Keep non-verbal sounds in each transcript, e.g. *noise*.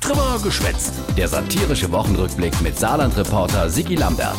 Trimmer geschwätzt. Der satirische Wochenrückblick mit Saarland-Reporter Sigi Lambert.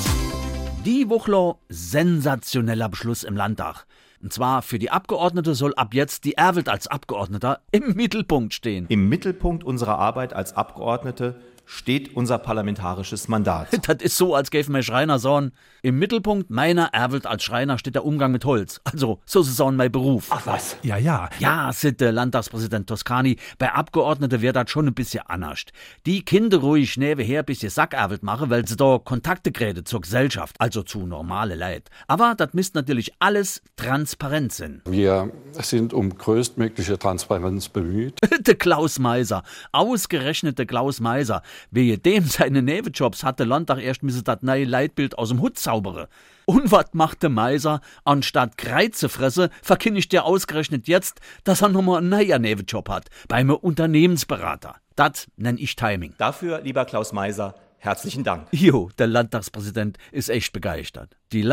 Die Wuchlau, sensationeller Beschluss im Landtag. Und zwar für die Abgeordnete soll ab jetzt die Erwild als Abgeordneter im Mittelpunkt stehen. Im Mittelpunkt unserer Arbeit als Abgeordnete steht unser parlamentarisches Mandat. *laughs* Das ist so, als gäbe mir Schreiner Sorn. Im Mittelpunkt meiner Erwild als Schreiner steht der Umgang mit Holz. Also, so ist es auch mein Beruf. Ach was? Ja, ja. Ja, sitte, Landtagspräsident Toscani, bei Abgeordneten wird das schon ein bisschen anascht. Die Kinder ruhig schnäwe her, bis sie Sackerwild machen, weil sie da Kontakte kriegen zur Gesellschaft, also zu normale Leid. Aber das müsst natürlich alles transparent sein. Wir sind um größtmögliche Transparenz bemüht. der Klaus Meiser, ausgerechnete Klaus Meiser, wegen dem *laughs* seine Nebenjobs hatte Landtag erst müsse das neue Leitbild aus dem Hut zaubere. Und was machte Meiser? Anstatt Kreize fresse, verkündigt er ausgerechnet jetzt, dass er nochmal einen neuen Nebenjob hat, beim Unternehmensberater. Das nenn ich Timing. Dafür, lieber Klaus Meiser, herzlichen Dank. Jo, der Landtagspräsident ist echt begeistert. Die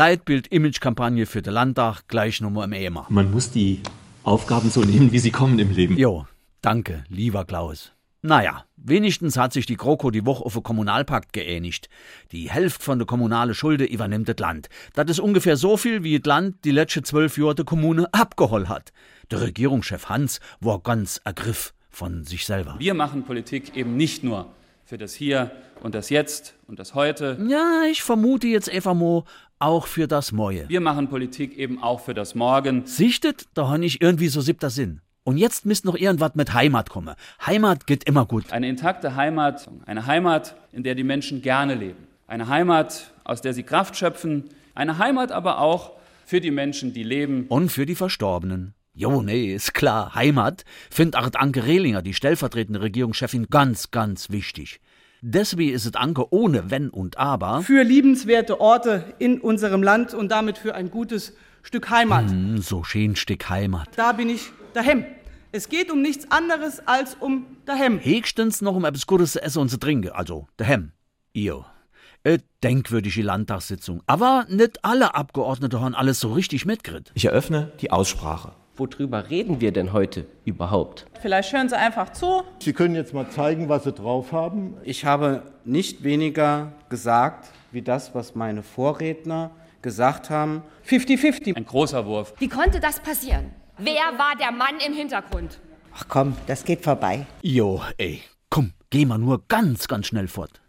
Leitbild-Image-Kampagne für den Landtag gleich nochmal im E EMA. Man muss die Aufgaben so nehmen, wie sie kommen im Leben. Jo, danke, lieber Klaus. Naja, wenigstens hat sich die GroKo die Woche auf den Kommunalpakt geeinigt. Die Hälfte von der kommunalen Schulde übernimmt das Land. Das ist ungefähr so viel, wie das Land die letzten zwölf Jahre der Kommune abgeholt hat. Der Regierungschef Hans war ganz ergriff von sich selber. Wir machen Politik eben nicht nur für das Hier und das Jetzt und das Heute. Ja, ich vermute jetzt einfach mal auch für das Neue. Wir machen Politik eben auch für das Morgen. Sichtet, da habe ich irgendwie so siebter Sinn. Und jetzt müsst noch irgendwas mit Heimat komme. Heimat geht immer gut. Eine intakte Heimat, eine Heimat, in der die Menschen gerne leben. Eine Heimat, aus der sie Kraft schöpfen. Eine Heimat aber auch für die Menschen, die leben. Und für die Verstorbenen. Jo, nee, ist klar, Heimat findet auch Anke Rehlinger, die stellvertretende Regierungschefin, ganz, ganz wichtig. Deswegen ist es Anke ohne Wenn und Aber. für liebenswerte Orte in unserem Land und damit für ein gutes Stück Heimat. Hm, So schön Stück Heimat. Da bin ich daheim. Es geht um nichts anderes als um daheim. Hegstens noch um etwas Gutes zu essen und zu trinken, also daheim. Jo. Äh, denkwürdige Landtagssitzung. Aber nicht alle Abgeordnete haben alles so richtig mitgekriegt. Ich eröffne die Aussprache. Worüber reden wir denn heute überhaupt? Vielleicht hören Sie einfach zu. Sie können jetzt mal zeigen, was Sie drauf haben. Ich habe nicht weniger gesagt, wie das, was meine Vorredner gesagt haben. 50-50. Ein großer Wurf. Wie konnte das passieren? Wer war der Mann im Hintergrund? Ach komm, das geht vorbei. Jo, ey, komm, geh mal nur ganz, ganz schnell fort.